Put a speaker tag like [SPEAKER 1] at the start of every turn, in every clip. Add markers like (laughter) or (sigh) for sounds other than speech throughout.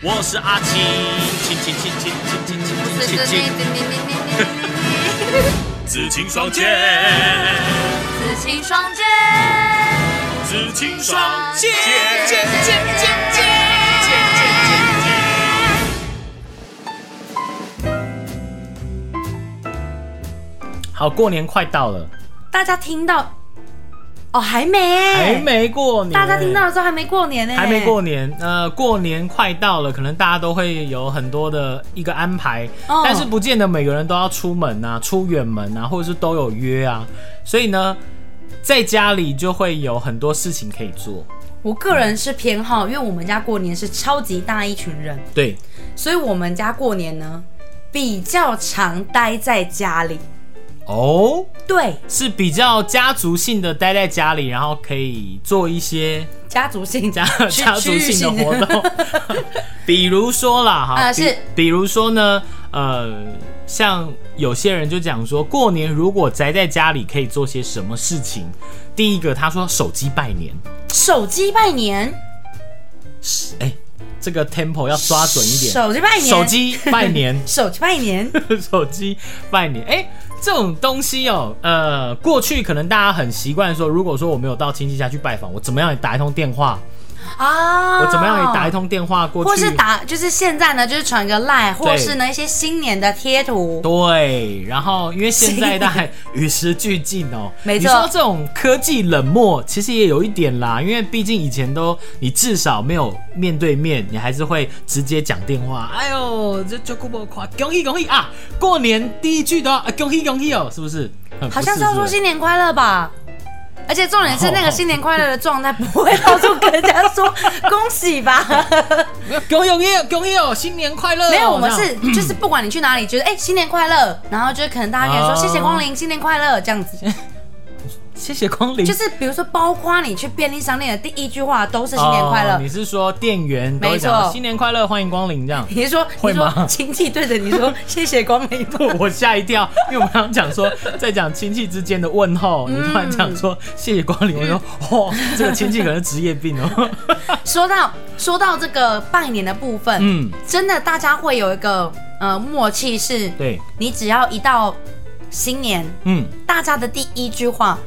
[SPEAKER 1] 我是阿青，青青青青青青青青青青，紫青双剑，
[SPEAKER 2] 紫青双剑，
[SPEAKER 1] 紫青
[SPEAKER 2] 双剑
[SPEAKER 1] 剑剑剑剑剑剑。好，过年快到了，
[SPEAKER 2] 大家听到哦，还没，
[SPEAKER 1] 还，没过年，
[SPEAKER 2] 大家听到的时候还没过年呢，
[SPEAKER 1] 还没过年，呃，过年快到了，可能大家都会有很多的一个安排，
[SPEAKER 2] 哦
[SPEAKER 1] 但是不见得每个人都要出门啊，出远门啊，或者是都有约啊，所以呢，在家里就会有很多事情可以做。
[SPEAKER 2] 我个人是偏好，因为我们家过年是超级大一群人，
[SPEAKER 1] 对，
[SPEAKER 2] 所以我们家过年呢比较常待在家里。
[SPEAKER 1] 哦，
[SPEAKER 2] 对，
[SPEAKER 1] 是比较家族性的待在家里，然后可以做一 (laughs) 些
[SPEAKER 2] 家族性
[SPEAKER 1] 家
[SPEAKER 2] 区
[SPEAKER 1] 家族性的活动， (laughs) 比如说啦，哈，
[SPEAKER 2] 啊
[SPEAKER 1] 比
[SPEAKER 2] 是，
[SPEAKER 1] 比如说呢，呃，像有些人就讲说，过年如果宅在家里可以做些什么事情？第一个，他说手机拜年，
[SPEAKER 2] 手机拜年，
[SPEAKER 1] 哎、这个 tempo 要抓准一点，
[SPEAKER 2] 手机拜年，，
[SPEAKER 1] 手机拜年
[SPEAKER 2] 手机拜年，
[SPEAKER 1] 手机拜年，哎、这种东西哦，呃，过去可能大家很习惯说，如果说我没有到亲戚家去拜访，我怎么样也打一通电话，
[SPEAKER 2] 啊，
[SPEAKER 1] 我怎么样也打一，通电话过去，
[SPEAKER 2] 或是打，就是现在呢，就是传个赖，或是呢一些新年的贴图，
[SPEAKER 1] 对，然后因为现在大家与时俱进哦，
[SPEAKER 2] (laughs) 没
[SPEAKER 1] 你
[SPEAKER 2] 错
[SPEAKER 1] 说这种科技冷漠，其实也有一点啦，因为毕竟以前都你至少没有面对面，你还是会直接讲电话。哎呦，这就顾不夸，恭喜恭喜啊！过年第一句都要、啊、恭喜恭喜哦，是不是？嗯
[SPEAKER 2] 好像
[SPEAKER 1] 不
[SPEAKER 2] 是要说
[SPEAKER 1] 是
[SPEAKER 2] 新年快乐吧。而且重点是那
[SPEAKER 1] 哦
[SPEAKER 2] 个新年快乐的状态，不 (laughs) 会到处跟人家说 (laughs) 恭
[SPEAKER 1] (laughs)
[SPEAKER 2] 喜吧？
[SPEAKER 1] 不是恭喜恭喜恭喜哦，新年快乐哦、
[SPEAKER 2] 没有，我们
[SPEAKER 1] 这样
[SPEAKER 2] 是就是不管你去哪里，觉得哎、新年快乐，然后就是可能大家可以说
[SPEAKER 1] 哦
[SPEAKER 2] 谢谢光临，新年快乐这样子。
[SPEAKER 1] 谢谢光临，
[SPEAKER 2] 就是比如说，包括你去便利商店的第一句话都是新年快乐。
[SPEAKER 1] 哦你是说店员都会
[SPEAKER 2] 没错
[SPEAKER 1] 讲新年快乐，欢迎光临这样？ (laughs)
[SPEAKER 2] 你是说，
[SPEAKER 1] 会
[SPEAKER 2] 你
[SPEAKER 1] 吗
[SPEAKER 2] 说亲戚对着你
[SPEAKER 1] (laughs)
[SPEAKER 2] 说谢谢光临吗？
[SPEAKER 1] 我吓一跳，因为我们刚刚讲说在讲亲戚之间的问候，你突然讲说谢谢光临，我说哦，这个亲戚可能是职业病哦。
[SPEAKER 2] 说到说到这个拜年的部分，
[SPEAKER 1] 嗯，
[SPEAKER 2] 真的大家会有一个呃默契是，
[SPEAKER 1] 对，
[SPEAKER 2] 你只要一到新年，
[SPEAKER 1] 嗯
[SPEAKER 2] 大家的第一句话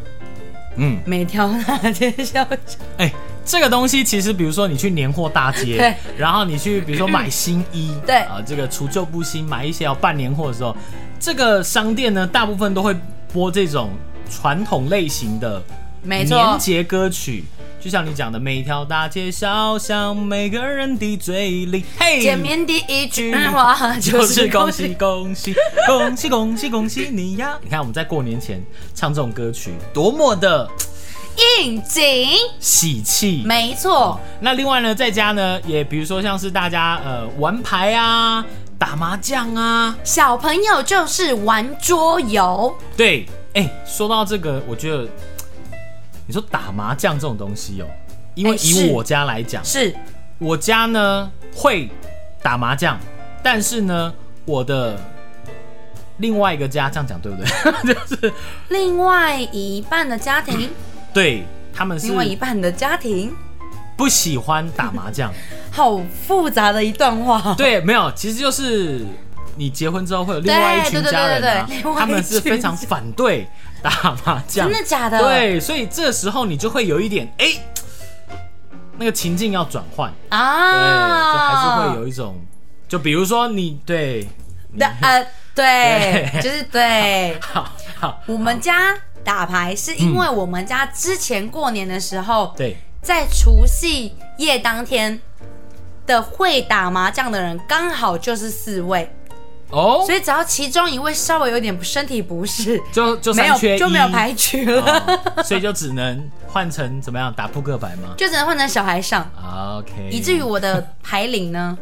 [SPEAKER 1] 嗯，
[SPEAKER 2] 每条大街小巷，
[SPEAKER 1] 哎、这个东西其实，比如说你去年货大街
[SPEAKER 2] 对，
[SPEAKER 1] 然后你去比如说买新衣，
[SPEAKER 2] 对
[SPEAKER 1] 啊、这个除旧布新，买一些要办年货的时候，这个商店呢，大部分都会播这种传统类型的
[SPEAKER 2] 没
[SPEAKER 1] 年
[SPEAKER 2] 错，
[SPEAKER 1] 节歌曲。就像你讲的，每条大街小巷，每个人的嘴里，嘿，
[SPEAKER 2] 见面第一句话
[SPEAKER 1] 就是恭喜。恭喜恭喜恭喜恭喜你呀！你看我们在过年前唱这种歌曲，多么的
[SPEAKER 2] 应景，
[SPEAKER 1] 喜气。
[SPEAKER 2] 没错，
[SPEAKER 1] 那另外呢，在家呢，也比如说像是大家呃玩牌啊、打麻将啊，
[SPEAKER 2] 小朋友就是玩桌游，
[SPEAKER 1] 对，哎、说到这个，我觉得你说打麻将这种东西哦，因为
[SPEAKER 2] 哎
[SPEAKER 1] 以
[SPEAKER 2] 是
[SPEAKER 1] 我家来讲，
[SPEAKER 2] 是
[SPEAKER 1] 我家呢会打麻将，但是呢，我的另外一个家这样讲对不对？ (laughs) 就是
[SPEAKER 2] 另外一半的家庭，
[SPEAKER 1] 对他们嗯是
[SPEAKER 2] 另外一半的家庭，
[SPEAKER 1] 不喜欢打麻将。
[SPEAKER 2] 好复杂的一段话。
[SPEAKER 1] (laughs) 对，没有，其实就是你结婚之后会有另外一群家人、啊，
[SPEAKER 2] 对对对对对另外
[SPEAKER 1] (laughs)
[SPEAKER 2] 一群
[SPEAKER 1] 他们是非常反对打麻将
[SPEAKER 2] (laughs) 真。的假的？，
[SPEAKER 1] 对，所以这时候你就会有一点哎、那个情境要转换，对，就
[SPEAKER 2] 啊，
[SPEAKER 1] 还是会有一种，就比如说你对，
[SPEAKER 2] (laughs) 的呃，对，
[SPEAKER 1] 对
[SPEAKER 2] 就是对。
[SPEAKER 1] 好好
[SPEAKER 2] 我们家打牌是因为我们家之前过年的时候，
[SPEAKER 1] 对，
[SPEAKER 2] 在除夕夜当天的会打麻将的人刚好就是四位，
[SPEAKER 1] 哦
[SPEAKER 2] 所，以只要其中一位稍微有点身体不适，
[SPEAKER 1] 就就
[SPEAKER 2] 没
[SPEAKER 1] 三缺
[SPEAKER 2] 有
[SPEAKER 1] 一
[SPEAKER 2] 就没有牌局了，
[SPEAKER 1] 哦所以就只能换成怎么样打扑克牌吗啊
[SPEAKER 2] (laughs) 就只能换成小孩上，
[SPEAKER 1] ？OK，
[SPEAKER 2] 以至于我的牌龄呢，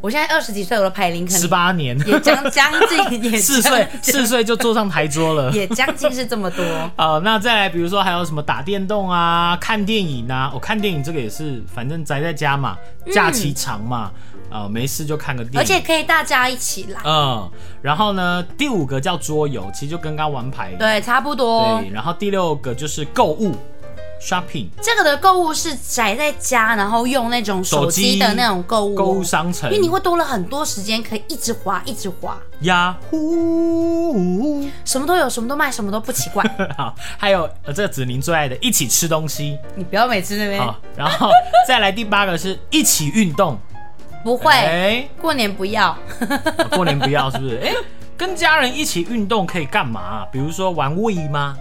[SPEAKER 2] 我现在二十几岁，我的牌龄可
[SPEAKER 1] 十
[SPEAKER 2] 能
[SPEAKER 1] 八年，
[SPEAKER 2] 也将将
[SPEAKER 1] (laughs)
[SPEAKER 2] 近也
[SPEAKER 1] 四
[SPEAKER 2] 将
[SPEAKER 1] 岁四岁就坐上台桌了。
[SPEAKER 2] 也将近是这么多。
[SPEAKER 1] 好，呃那再来，比如说还有什么打电动啊、看电影啊。我、看电影这个也是，反正宅在家嘛，假期长嘛，啊、没事就看个电影。
[SPEAKER 2] 嗯而且，可以大家一起来，
[SPEAKER 1] 嗯，然后呢，第五个叫桌游，其实就跟刚玩牌。
[SPEAKER 2] 对，差不多
[SPEAKER 1] 对然后第六个就是购物， shopping
[SPEAKER 2] 这个的购物是宅在家，然后用那种手机的那种购物哦
[SPEAKER 1] 购物商城，
[SPEAKER 2] 因为你会多了很多时间，可以一直滑，一直滑，
[SPEAKER 1] 呀呼，
[SPEAKER 2] 什么都有，什么都卖，什么都不奇怪。
[SPEAKER 1] (laughs) 好，还有呃，这个子宁最爱的一起吃东西，
[SPEAKER 2] (laughs) 你不要每次那边
[SPEAKER 1] 好，然后再来第八个是一起运动，
[SPEAKER 2] 不会，
[SPEAKER 1] 哎
[SPEAKER 2] 过年不要，
[SPEAKER 1] 过年不要是不是？哎，跟家人一起运动可以干嘛？啊比如说玩 Wii 吗？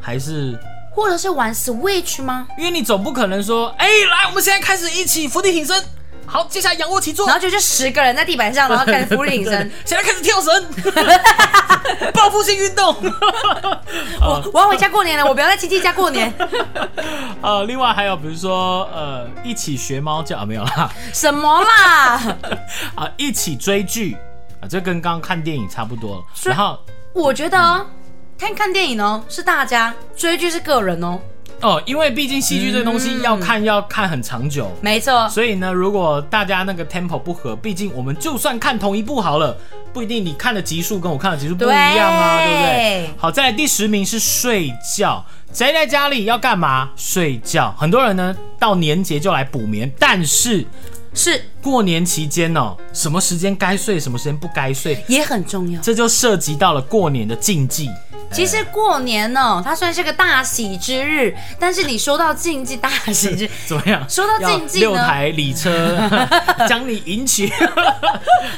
[SPEAKER 1] 还是
[SPEAKER 2] 或者是玩 Switch 吗？
[SPEAKER 1] 因为你总不可能说，哎，来，我们现在开始一起伏地挺身，好，接下来仰卧起坐
[SPEAKER 2] 然，后就就十个人在地板上，然后 (laughs) 开始俯卧撑。
[SPEAKER 1] 现在开始跳绳，
[SPEAKER 2] (laughs)
[SPEAKER 1] 报复性运动。哦
[SPEAKER 2] 我我要回家过年了，我不要在亲戚家过年。 (laughs)
[SPEAKER 1] 呃，另外还有比如说呃，一起学猫叫啊，没有啦，
[SPEAKER 2] 什么啦？
[SPEAKER 1] 啊，一起追剧啊，这跟刚刚看电影差不多了。然后
[SPEAKER 2] 我觉得哦，看看电影哦是大家，追剧是个人哦。
[SPEAKER 1] 哦，因为毕竟戏剧这东
[SPEAKER 2] 嗯
[SPEAKER 1] 西要看、要看很长久，
[SPEAKER 2] 没错，
[SPEAKER 1] 所以呢，如果大家那个 tempo 不合，毕竟我们就算看同一部好了，不一定你看的集数跟我看的集数不一样啊，对
[SPEAKER 2] 对
[SPEAKER 1] 不对？好，再来第十名是睡觉，宅在家里要干嘛？睡觉。很多人呢到年节就来补眠，但是
[SPEAKER 2] 是
[SPEAKER 1] 过年期间哦，什么时间该睡，什么时间不该睡，
[SPEAKER 2] 也很重要。
[SPEAKER 1] 这就涉及到了过年的禁
[SPEAKER 2] (laughs)
[SPEAKER 1] 忌。
[SPEAKER 2] 其
[SPEAKER 1] 哎
[SPEAKER 2] 实过年呢、它虽然是个大喜之日，但是你说到禁忌大喜
[SPEAKER 1] (laughs)
[SPEAKER 2] 之，
[SPEAKER 1] 怎么样？
[SPEAKER 2] 说到
[SPEAKER 1] 要
[SPEAKER 2] (laughs) 禁忌呢
[SPEAKER 1] 六台礼车 (laughs) 将你迎娶。 (laughs)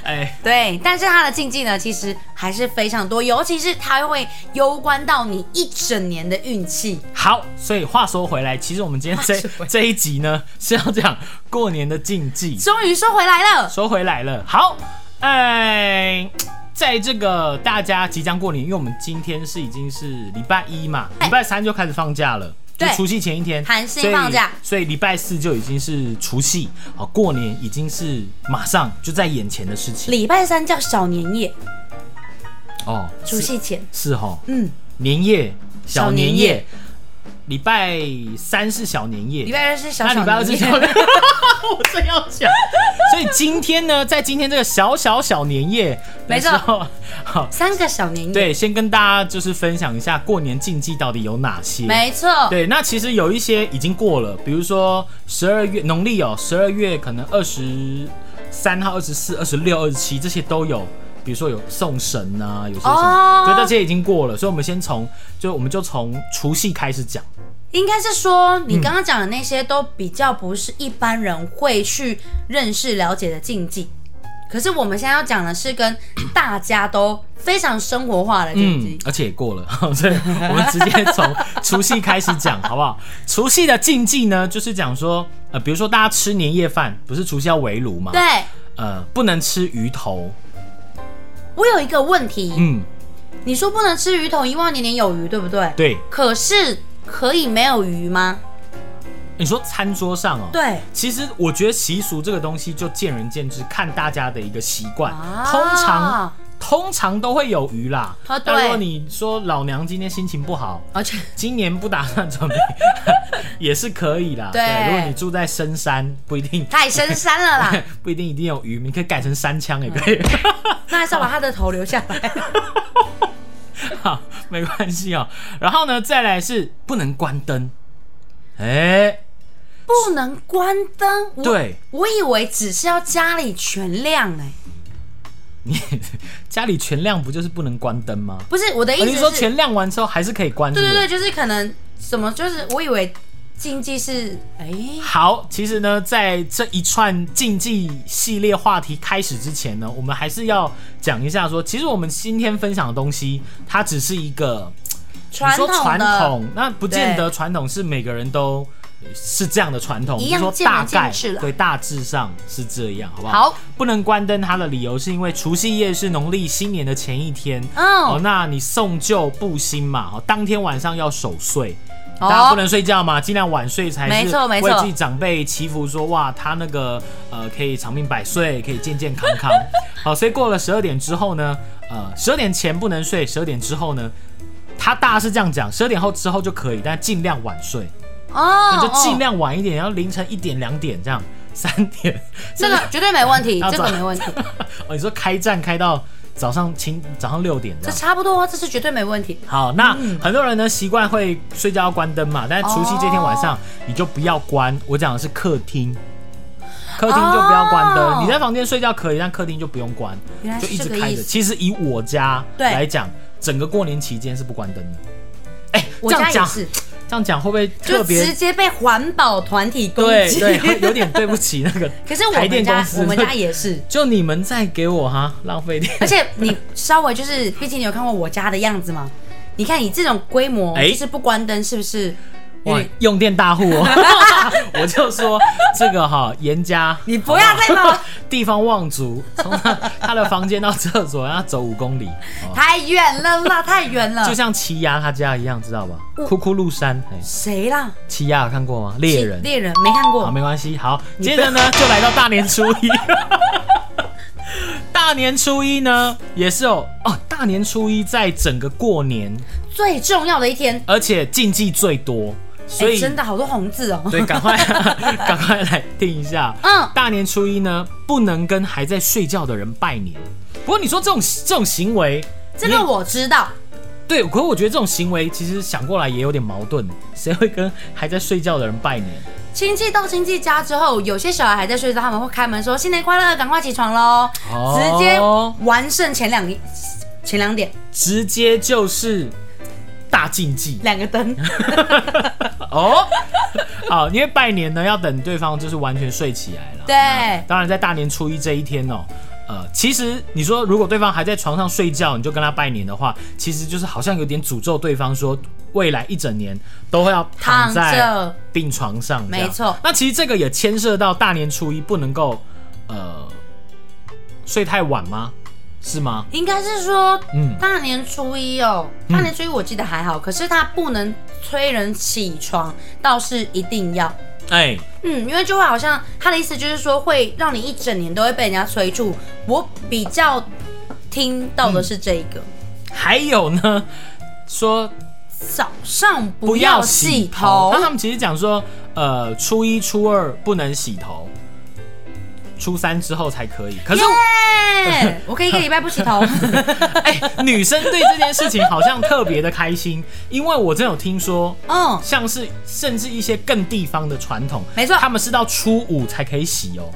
[SPEAKER 1] 哎，
[SPEAKER 2] 对，但是它的禁忌呢，其实还是非常多，尤其是它会攸关到你一整年的运气。
[SPEAKER 1] 好，所以话说回来，其实我们今天
[SPEAKER 2] 话说回
[SPEAKER 1] 这
[SPEAKER 2] 来
[SPEAKER 1] 这一集呢是要讲过年的禁忌。
[SPEAKER 2] 终于说回来了，
[SPEAKER 1] 说回来了，好，哎。在这个大家即将过年，因为我们今天是已经是礼拜一嘛，
[SPEAKER 2] 哎
[SPEAKER 1] 礼拜三就开始放假了，就
[SPEAKER 2] 对
[SPEAKER 1] 除夕前一天
[SPEAKER 2] 寒心
[SPEAKER 1] 所以
[SPEAKER 2] 放假
[SPEAKER 1] 所以礼拜四就已经是除夕，好，过年已经是马上就在眼前的事情
[SPEAKER 2] 礼拜三叫小年夜，
[SPEAKER 1] 哦。
[SPEAKER 2] 除夕前，
[SPEAKER 1] 是哈，
[SPEAKER 2] 嗯，
[SPEAKER 1] 年夜、小
[SPEAKER 2] 小年
[SPEAKER 1] 年
[SPEAKER 2] 夜
[SPEAKER 1] 夜，礼拜三是小年夜，
[SPEAKER 2] 礼拜二是小
[SPEAKER 1] 那
[SPEAKER 2] 小
[SPEAKER 1] 礼拜二
[SPEAKER 2] 年
[SPEAKER 1] 是
[SPEAKER 2] 夜，
[SPEAKER 1] 小年， (laughs) 我正要讲，所以今天呢，在今天这个小小小年夜，
[SPEAKER 2] 没错，
[SPEAKER 1] (laughs) 好，
[SPEAKER 2] 三个小年夜，
[SPEAKER 1] 对，先跟大家就是分享一下过年禁忌到底有哪些。
[SPEAKER 2] 没错，
[SPEAKER 1] 对，那其实有一些已经过了，比如说十二月农历哦，十二月可能二十三号、二十四、二十六、二十七这些都有。比如说有送神呐、有些什么，
[SPEAKER 2] 哦
[SPEAKER 1] 对，这些已经过了，所以我们先从就我们就从除夕开始讲。
[SPEAKER 2] 应该是说
[SPEAKER 1] 嗯
[SPEAKER 2] 你刚刚讲的那些都比较不是一般人会去认识了解的禁忌。可是我们现在要讲的是跟大家都非常生活化的禁
[SPEAKER 1] 嗯
[SPEAKER 2] 忌，，
[SPEAKER 1] 而且也过了， (laughs) 所以我们直接从除夕开始讲，好不好？ (laughs) 除夕的禁忌呢，就是讲说，呃，比如说大家吃年夜饭，不是除夕要围炉嘛？
[SPEAKER 2] 对。
[SPEAKER 1] 呃，不能吃鱼头。
[SPEAKER 2] 我有一个问题，
[SPEAKER 1] 嗯，
[SPEAKER 2] 你说不能吃鱼头，因为年年有余，对不对？。
[SPEAKER 1] 对。
[SPEAKER 2] 可是可以没有鱼吗？
[SPEAKER 1] 你说餐桌上哦，。
[SPEAKER 2] 对，
[SPEAKER 1] 其实我觉得习俗这个东西就见仁见智，看大家的一个习惯。
[SPEAKER 2] 啊
[SPEAKER 1] 通常通常都会有鱼啦。那
[SPEAKER 2] 啊
[SPEAKER 1] 如果
[SPEAKER 2] 对
[SPEAKER 1] 你说老娘今天心情不好，
[SPEAKER 2] 而且
[SPEAKER 1] 今年不打算准备， (laughs) 也是可以啦。
[SPEAKER 2] 对
[SPEAKER 1] 如果你住在深山，不一定
[SPEAKER 2] 太深山了
[SPEAKER 1] (laughs)
[SPEAKER 2] 啦，
[SPEAKER 1] 不一定一定有鱼，你可以改成山枪
[SPEAKER 2] 嗯
[SPEAKER 1] 也可以。 (laughs)
[SPEAKER 2] 那还是要把他的头留下来。
[SPEAKER 1] 好，没关系哦。然后呢，再来是不能关灯。哎、
[SPEAKER 2] 不能关灯。我
[SPEAKER 1] 对，
[SPEAKER 2] 我以为只是要家里全亮哎、
[SPEAKER 1] 你 (laughs) 家里全亮不就是不能关灯吗？
[SPEAKER 2] 不是我的意
[SPEAKER 1] 哦
[SPEAKER 2] 思
[SPEAKER 1] 你
[SPEAKER 2] 是，
[SPEAKER 1] 说全亮完之后还是可以关？
[SPEAKER 2] 对
[SPEAKER 1] 是
[SPEAKER 2] 对
[SPEAKER 1] 不是
[SPEAKER 2] 对，就是可能什么，就是我以为禁忌是哎、
[SPEAKER 1] 好，其实呢，在这一串竞技系列话题开始之前呢，我们还是要讲一下说，其实我们今天分享的东西，它只是一个你
[SPEAKER 2] 传
[SPEAKER 1] 说
[SPEAKER 2] 统
[SPEAKER 1] 传
[SPEAKER 2] 的。
[SPEAKER 1] 统，那不见得传统是每个人都呃是这样的传统，
[SPEAKER 2] 一
[SPEAKER 1] 我们
[SPEAKER 2] 样
[SPEAKER 1] 说
[SPEAKER 2] 见
[SPEAKER 1] 大
[SPEAKER 2] 仁见
[SPEAKER 1] 概
[SPEAKER 2] 智啦
[SPEAKER 1] 对大致上是这样，好不好？
[SPEAKER 2] 好，
[SPEAKER 1] 不能关灯，它的理由是因为除夕夜是农历新年的前一天。哦
[SPEAKER 2] 嗯，，
[SPEAKER 1] 那你送旧布新嘛，哦，当天晚上要守岁，
[SPEAKER 2] 哦
[SPEAKER 1] 大家不能睡觉嘛，尽量晚睡才
[SPEAKER 2] 没
[SPEAKER 1] 是
[SPEAKER 2] 错没错
[SPEAKER 1] 为自己长辈祈福说，哇，他那个呃可以长命百岁，可以健健康 (laughs) 康。好，所以过了十二点之后呢，呃，十二点前不能睡，十二点之后呢，他大家是这样讲，十二点后之后就可以，但尽量晚睡，
[SPEAKER 2] 哦，
[SPEAKER 1] 那就尽
[SPEAKER 2] 哦
[SPEAKER 1] 量晚一点，然后凌晨一点、两点这样，三点。
[SPEAKER 2] 这个绝对没问题，
[SPEAKER 1] 要啊
[SPEAKER 2] 这
[SPEAKER 1] 早 (laughs)
[SPEAKER 2] 个没问题。
[SPEAKER 1] 哦，你说开战开到早上清早上六点这
[SPEAKER 2] 这
[SPEAKER 1] 样。
[SPEAKER 2] 差不多，这是绝对没问题。
[SPEAKER 1] 好，那
[SPEAKER 2] 嗯
[SPEAKER 1] 很多人呢习惯会睡觉要关灯嘛，但是除夕这天晚
[SPEAKER 2] 哦
[SPEAKER 1] 上你就不要关。我讲的是客厅，客厅就不要关灯。
[SPEAKER 2] 哦
[SPEAKER 1] 你在房间睡觉可以，但客厅就不用关
[SPEAKER 2] 原，来
[SPEAKER 1] 就是一直
[SPEAKER 2] 这个
[SPEAKER 1] 开
[SPEAKER 2] 意
[SPEAKER 1] 着。
[SPEAKER 2] 思
[SPEAKER 1] 其实以我家
[SPEAKER 2] 对
[SPEAKER 1] 来讲，整个过年期间是不关灯的。哎、
[SPEAKER 2] 我
[SPEAKER 1] 这
[SPEAKER 2] 家
[SPEAKER 1] 样
[SPEAKER 2] 也
[SPEAKER 1] 讲，
[SPEAKER 2] 是，
[SPEAKER 1] 这样讲会不会特
[SPEAKER 2] 就直
[SPEAKER 1] 别？
[SPEAKER 2] 接被环保团体攻
[SPEAKER 1] 对
[SPEAKER 2] 击。
[SPEAKER 1] 对，会有点对不起那个
[SPEAKER 2] (laughs) 可是我
[SPEAKER 1] 台电公
[SPEAKER 2] 们家
[SPEAKER 1] 司。
[SPEAKER 2] 我们家
[SPEAKER 1] (laughs)，
[SPEAKER 2] 也是
[SPEAKER 1] 就你们在给我哈浪费
[SPEAKER 2] (laughs)
[SPEAKER 1] 电。
[SPEAKER 2] 而且你稍微就是，毕竟你有看过我家的样子嘛。你看你这种规模，
[SPEAKER 1] 哎
[SPEAKER 2] 就是不关灯，是不是？
[SPEAKER 1] 哇
[SPEAKER 2] 你，
[SPEAKER 1] 用电大户哦！ (laughs) 我就说这个哈，严家，
[SPEAKER 2] 你不要再闹，
[SPEAKER 1] 地方望族， (laughs) 从他他的房间到厕所要走五公里，哦
[SPEAKER 2] 太远了啦，太远了
[SPEAKER 1] 就。像奇亚他家一样，知道吧？
[SPEAKER 2] 我
[SPEAKER 1] 库库路山，哎，
[SPEAKER 2] 谁啦？
[SPEAKER 1] 奇亚有看过吗？猎人，
[SPEAKER 2] 嗯猎人没看
[SPEAKER 1] 好，
[SPEAKER 2] 过，
[SPEAKER 1] 没关系。好，接着呢，就来到大年初一。 (laughs) 大年初一呢，也是有哦。大年初一在整个过年，
[SPEAKER 2] 最重要的一天，
[SPEAKER 1] 而且禁忌最多，所
[SPEAKER 2] 哎，
[SPEAKER 1] 以
[SPEAKER 2] 真的好多红字哦。
[SPEAKER 1] 对，赶快 (laughs) 赶快来听一下。
[SPEAKER 2] 嗯，
[SPEAKER 1] 大年初一呢，不能跟还在睡觉的人拜年。不过你说这种这种行为，
[SPEAKER 2] 这个我知道。
[SPEAKER 1] 对，可是我觉得这种行为其实想过来也有点矛盾。谁会跟还在睡觉的人拜年？
[SPEAKER 2] 亲戚到亲戚家之后，有些小孩还在睡觉，他们会开门说“新年快乐，赶快起床喽”，直接
[SPEAKER 1] 哦
[SPEAKER 2] 完胜前两前两点
[SPEAKER 1] 直接就是大禁忌
[SPEAKER 2] 两个
[SPEAKER 1] (laughs)
[SPEAKER 2] 灯。
[SPEAKER 1] 啊
[SPEAKER 2] (laughs)
[SPEAKER 1] 哦。好，因为拜年呢，要等对方就是完全睡起来了。
[SPEAKER 2] 对，
[SPEAKER 1] 当然，在大年初一这一天哦，呃，其实你说如果对方还在床上睡觉，你就跟他拜年的话，其实就是好像有点诅咒对方说。未来一整年都会要躺
[SPEAKER 2] 躺
[SPEAKER 1] 在
[SPEAKER 2] 着
[SPEAKER 1] 病床上，这样
[SPEAKER 2] 没错
[SPEAKER 1] 那其实这个也牵涉到大年初一不能够，呃，睡太晚吗？是吗？
[SPEAKER 2] 应该是说
[SPEAKER 1] 嗯，
[SPEAKER 2] 大年初一哦，大年初一我记得还好，可是他不能催人起床，倒是一定要。
[SPEAKER 1] 哎、
[SPEAKER 2] 嗯，因为就会好像他的意思就是说，会让你一整年都会被人家催促。我比较听到的是这一个，
[SPEAKER 1] 还有呢，说
[SPEAKER 2] 早上
[SPEAKER 1] 不
[SPEAKER 2] 不
[SPEAKER 1] 要
[SPEAKER 2] 要
[SPEAKER 1] 洗
[SPEAKER 2] 洗
[SPEAKER 1] 头
[SPEAKER 2] 头。。
[SPEAKER 1] 那他们其实讲说，呃，初一、初二不能洗头，初三之后才可以。 (laughs) 可是， (laughs)
[SPEAKER 2] 耶！我可以一个礼拜不洗头。
[SPEAKER 1] 哎、女生对这件事情好像特别的开心，因为我真有听说，
[SPEAKER 2] 嗯，
[SPEAKER 1] 像是甚至一些更地方的传统，
[SPEAKER 2] 没错
[SPEAKER 1] 他们是到初五才可以洗哦。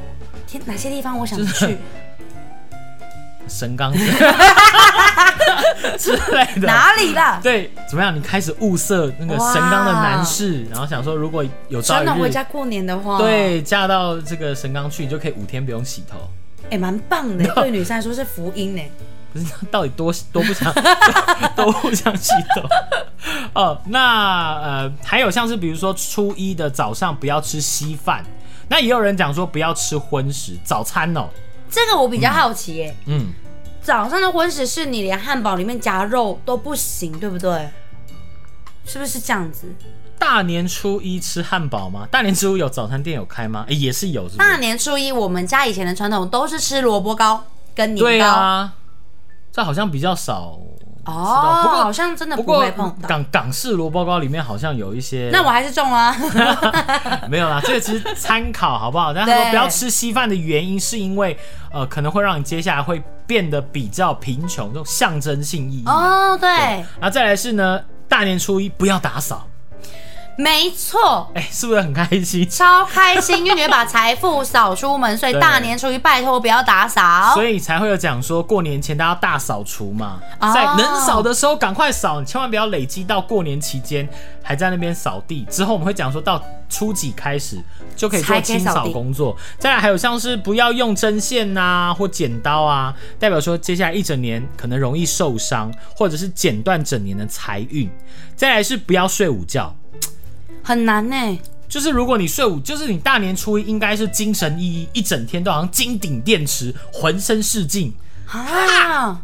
[SPEAKER 2] 天，哪些地方我想
[SPEAKER 1] (laughs)
[SPEAKER 2] 去？
[SPEAKER 1] 神
[SPEAKER 2] (laughs)
[SPEAKER 1] 冈之类的，
[SPEAKER 2] 哪里啦？
[SPEAKER 1] 对，怎么样？你开始物色那个神冈的男士，然后想说，如果有朝
[SPEAKER 2] 传
[SPEAKER 1] 一
[SPEAKER 2] 统回
[SPEAKER 1] 日
[SPEAKER 2] 家过年的话，，
[SPEAKER 1] 对嫁到这个神冈去，你就可以五天不用洗头。
[SPEAKER 2] 哎，蛮棒
[SPEAKER 1] (laughs)
[SPEAKER 2] 的，对女生来说是福音呢。
[SPEAKER 1] 不是他到底多多不想 (laughs) 多不想洗头哦。那呃，还有像是比如说初一的早上不要吃稀饭，那也有人讲说不要吃荤食早餐哦。
[SPEAKER 2] 这个我比较好奇耶，
[SPEAKER 1] 嗯，
[SPEAKER 2] 早上的荤食是你连汉堡里面夹肉都不行，对不对？是不是这样子？
[SPEAKER 1] 大年初一吃汉堡吗？大年初一有早餐店有开吗？诶也是有，是不
[SPEAKER 2] 大
[SPEAKER 1] 是？
[SPEAKER 2] 年初一，我们家以前的传统都是吃萝卜糕跟年
[SPEAKER 1] 对
[SPEAKER 2] 糕。
[SPEAKER 1] 啊，这好像比较少。
[SPEAKER 2] 哦，
[SPEAKER 1] 不过
[SPEAKER 2] 好像真的
[SPEAKER 1] 不
[SPEAKER 2] 不
[SPEAKER 1] 过
[SPEAKER 2] 会碰到。
[SPEAKER 1] 港港式萝卜糕里面好像有一些，
[SPEAKER 2] 那我还是中啊
[SPEAKER 1] (laughs)
[SPEAKER 2] 了、
[SPEAKER 1] 没有啦，这个只是参考，好不好？但他说
[SPEAKER 2] 对
[SPEAKER 1] 不要吃稀饭的原因，是因为呃，可能会让你接下来会变得比较贫穷，这种象征性意义。
[SPEAKER 2] 哦，对，
[SPEAKER 1] 然后再来是呢，大年初一不要打扫，
[SPEAKER 2] 没错，
[SPEAKER 1] 哎、是不是很开心？
[SPEAKER 2] 超开心，因为你会把财富扫出门，所以
[SPEAKER 1] 对
[SPEAKER 2] 大年初一拜托不要打扫
[SPEAKER 1] 所。以才会有讲说过年前大家大扫除嘛，
[SPEAKER 2] 哦
[SPEAKER 1] 在能扫的时候赶快扫，你千万不要累积到过年期间还在那边扫地。之后我们会讲说到初几开始就可以做
[SPEAKER 2] 才可以
[SPEAKER 1] 清
[SPEAKER 2] 扫地
[SPEAKER 1] 扫工作。再来还有像是不要用针线呐、或剪刀啊，代表说接下来一整年可能容易受伤，或者是剪断整年的财运。再来是不要睡午觉。
[SPEAKER 2] 很难呢、
[SPEAKER 1] 就是如果你睡午，就是你大年初一应该是精神奕奕，一整天都好像金顶电池，浑身是劲，
[SPEAKER 2] 啊！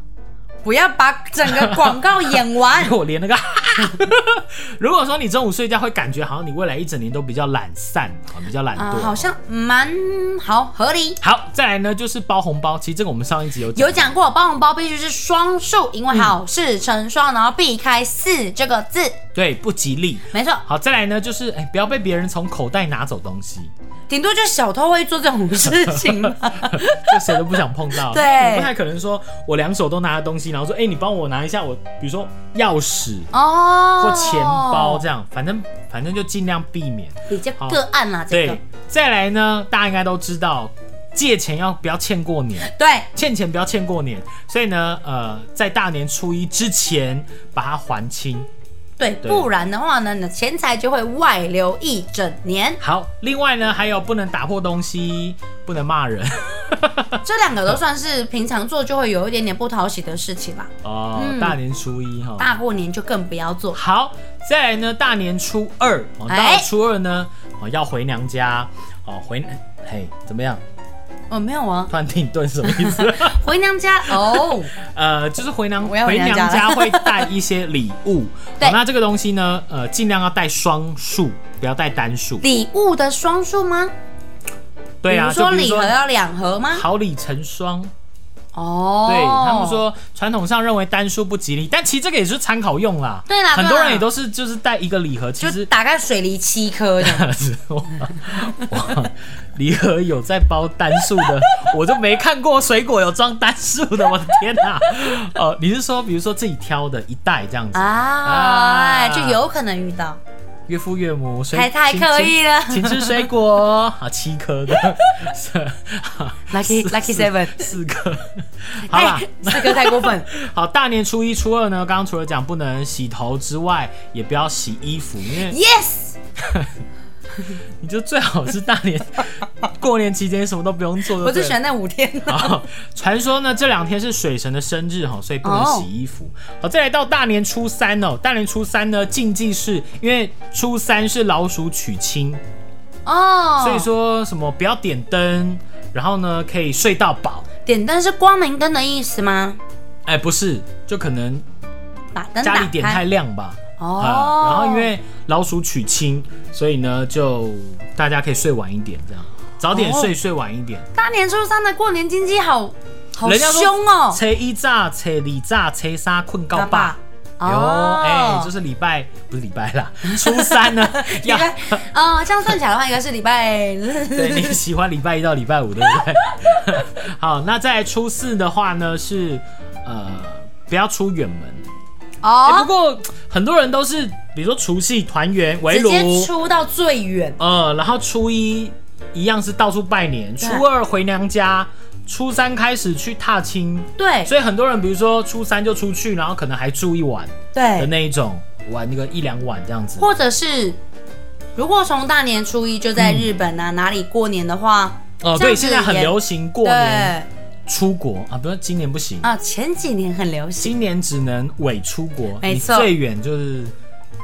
[SPEAKER 2] 不要把整个广告演
[SPEAKER 1] (laughs)
[SPEAKER 2] 完，
[SPEAKER 1] 我连那个。如果说你中午睡觉，会感觉好像你未来一整年都比较懒散，啊，比较懒惰、
[SPEAKER 2] 啊、好像蛮好合理。
[SPEAKER 1] 好，再来呢就是包红包，其实这个我们上一集有讲
[SPEAKER 2] 有讲过，包红包必须是双数，因
[SPEAKER 1] 嗯
[SPEAKER 2] 为好事成双，然后避开四这个字，
[SPEAKER 1] 对不吉利。
[SPEAKER 2] 没错。
[SPEAKER 1] 好，再来呢就是哎、不要被别人从口袋拿走东西，
[SPEAKER 2] 顶多就是小偷会做这种事情嘛。
[SPEAKER 1] 这谁都不想碰到。
[SPEAKER 2] (laughs) 对
[SPEAKER 1] 你不太可能说我两手都拿着东西，然后说，哎、你帮我拿一下我，比如说钥匙
[SPEAKER 2] (laughs) 哦，
[SPEAKER 1] 或钱包这样，反正反正就尽量避免。
[SPEAKER 2] 比较个案啦，这个
[SPEAKER 1] 对，再来呢，大家应该都知道，借钱要不要欠过年？
[SPEAKER 2] 对，
[SPEAKER 1] 欠钱不要欠过年，所以呢，呃，在大年初一之前把它还清。
[SPEAKER 2] 对，
[SPEAKER 1] 对
[SPEAKER 2] 不然的话呢，你的钱财就会外流一整 (laughs) 年。
[SPEAKER 1] 好，另外呢，还有不能打破东西，不能骂人 (laughs)
[SPEAKER 2] 这两个都算是平常做就会有一点点不讨喜的事情啦，
[SPEAKER 1] 哦。
[SPEAKER 2] (laughs) 嗯
[SPEAKER 1] 大年初一哈，
[SPEAKER 2] 大过年就更不要做。
[SPEAKER 1] 好，再来呢，大年初二，哦，到
[SPEAKER 2] 哎
[SPEAKER 1] 了初二呢，哦，要回娘家，哦，回，嘿，怎么样？
[SPEAKER 2] 哦，没有啊，
[SPEAKER 1] 突然停顿什么意
[SPEAKER 2] (laughs)
[SPEAKER 1] 思？
[SPEAKER 2] 回娘家哦，
[SPEAKER 1] 呃，就是回娘
[SPEAKER 2] 我要回
[SPEAKER 1] 回
[SPEAKER 2] 娘
[SPEAKER 1] 娘
[SPEAKER 2] 家
[SPEAKER 1] 家
[SPEAKER 2] 了
[SPEAKER 1] 会带一些礼物，
[SPEAKER 2] 对
[SPEAKER 1] 好那这个东西呢，呃，尽量要带双数，不要带单数。
[SPEAKER 2] 礼物的双数吗？
[SPEAKER 1] 对啊，
[SPEAKER 2] 比如说
[SPEAKER 1] 就比如
[SPEAKER 2] 礼盒
[SPEAKER 1] 说
[SPEAKER 2] 要两盒吗？
[SPEAKER 1] 好礼成双，
[SPEAKER 2] 哦，
[SPEAKER 1] 对他们，说传统上认为单数不吉利，但其实这个也是参考用啦。
[SPEAKER 2] 对啦
[SPEAKER 1] 很
[SPEAKER 2] 对
[SPEAKER 1] 多
[SPEAKER 2] 啦
[SPEAKER 1] 人也都是就是带一个礼盒，其
[SPEAKER 2] 就
[SPEAKER 1] 实
[SPEAKER 2] 大概水梨七颗这样
[SPEAKER 1] 我我呃礼盒有在包单数的，我就没看过水果有装单数的，我的天哪！ (laughs) 哦，你是说比如说自己挑的一袋这样子，
[SPEAKER 2] (laughs) 啊，
[SPEAKER 1] 啊
[SPEAKER 2] 就有可能遇 (laughs) 到。
[SPEAKER 1] 岳父岳母水
[SPEAKER 2] 太太
[SPEAKER 1] 请
[SPEAKER 2] 可以了
[SPEAKER 1] 请请吃水果啊，七颗的 (laughs) 是啊
[SPEAKER 2] Lucky-
[SPEAKER 1] 四
[SPEAKER 2] Lucky
[SPEAKER 1] 四
[SPEAKER 2] Seven
[SPEAKER 1] 四颗，好啦。
[SPEAKER 2] (laughs) 哎，这个太过
[SPEAKER 1] (laughs)
[SPEAKER 2] 分。
[SPEAKER 1] 好，大年初一、初二呢，刚刚除了讲不能洗头之外，也不要洗衣服，因为
[SPEAKER 2] Yes，
[SPEAKER 1] 你就最好是大年过年期间什么都不用做就对
[SPEAKER 2] 我
[SPEAKER 1] 了。
[SPEAKER 2] 最喜欢那五 (laughs) 天了。
[SPEAKER 1] 好，传说呢这两天是水神的生日哈，所以不能
[SPEAKER 2] 哦
[SPEAKER 1] 洗衣服。好，再来到大年初三哦，大年初三呢禁忌是因为初三是老鼠娶亲，
[SPEAKER 2] 哦，
[SPEAKER 1] 所以说什么不要点灯，然后呢可以睡到饱。
[SPEAKER 2] 点灯是光明灯的意思吗？
[SPEAKER 1] 哎，不是，就可能
[SPEAKER 2] 把灯
[SPEAKER 1] 家
[SPEAKER 2] 打
[SPEAKER 1] 里点
[SPEAKER 2] 开
[SPEAKER 1] 太亮吧。
[SPEAKER 2] 哦、
[SPEAKER 1] 啊，然后因为老鼠娶亲，所以呢，就大家可以睡晚一点，这样早点睡，睡晚一点。
[SPEAKER 2] 大年初三的过年经济好好
[SPEAKER 1] 人家说
[SPEAKER 2] 凶哦，
[SPEAKER 1] 初一炸，初二炸，初三困告爸。
[SPEAKER 2] 爸
[SPEAKER 1] 哟
[SPEAKER 2] 哦，
[SPEAKER 1] 哎，
[SPEAKER 2] (laughs)
[SPEAKER 1] 就是礼拜不是礼拜啦， (laughs) 初三呢
[SPEAKER 2] 礼
[SPEAKER 1] 要
[SPEAKER 2] 拜啊、这样算起来的话，应该是礼拜
[SPEAKER 1] (laughs) 对你喜欢礼拜一到礼拜五，对不对？ (laughs) 好，那在初四的话呢，是呃不要出远门。哎，不
[SPEAKER 2] 哦，
[SPEAKER 1] 过很多人都是，比如说除夕团圆围
[SPEAKER 2] 直
[SPEAKER 1] 炉，
[SPEAKER 2] 接出到最远。
[SPEAKER 1] 呃，然后初一一样是到处拜年，
[SPEAKER 2] 对
[SPEAKER 1] 初二回娘家，初三开始去踏青，
[SPEAKER 2] 对
[SPEAKER 1] 所以很多人比如说初三就出去，然后可能还住一晚的
[SPEAKER 2] 对，
[SPEAKER 1] 那一种，玩那个一两晚这样子。
[SPEAKER 2] 或者是如果从大年初一就在日本啊、哪里过年的话，
[SPEAKER 1] 哦、
[SPEAKER 2] 这样
[SPEAKER 1] 对，
[SPEAKER 2] 子
[SPEAKER 1] 现在很
[SPEAKER 2] 也
[SPEAKER 1] 流行过
[SPEAKER 2] 对
[SPEAKER 1] 年出国啊，不是今年不行，
[SPEAKER 2] 啊，前几年很流行。
[SPEAKER 1] 今年只能伪出国，
[SPEAKER 2] 没
[SPEAKER 1] 你
[SPEAKER 2] 错
[SPEAKER 1] 最远就是。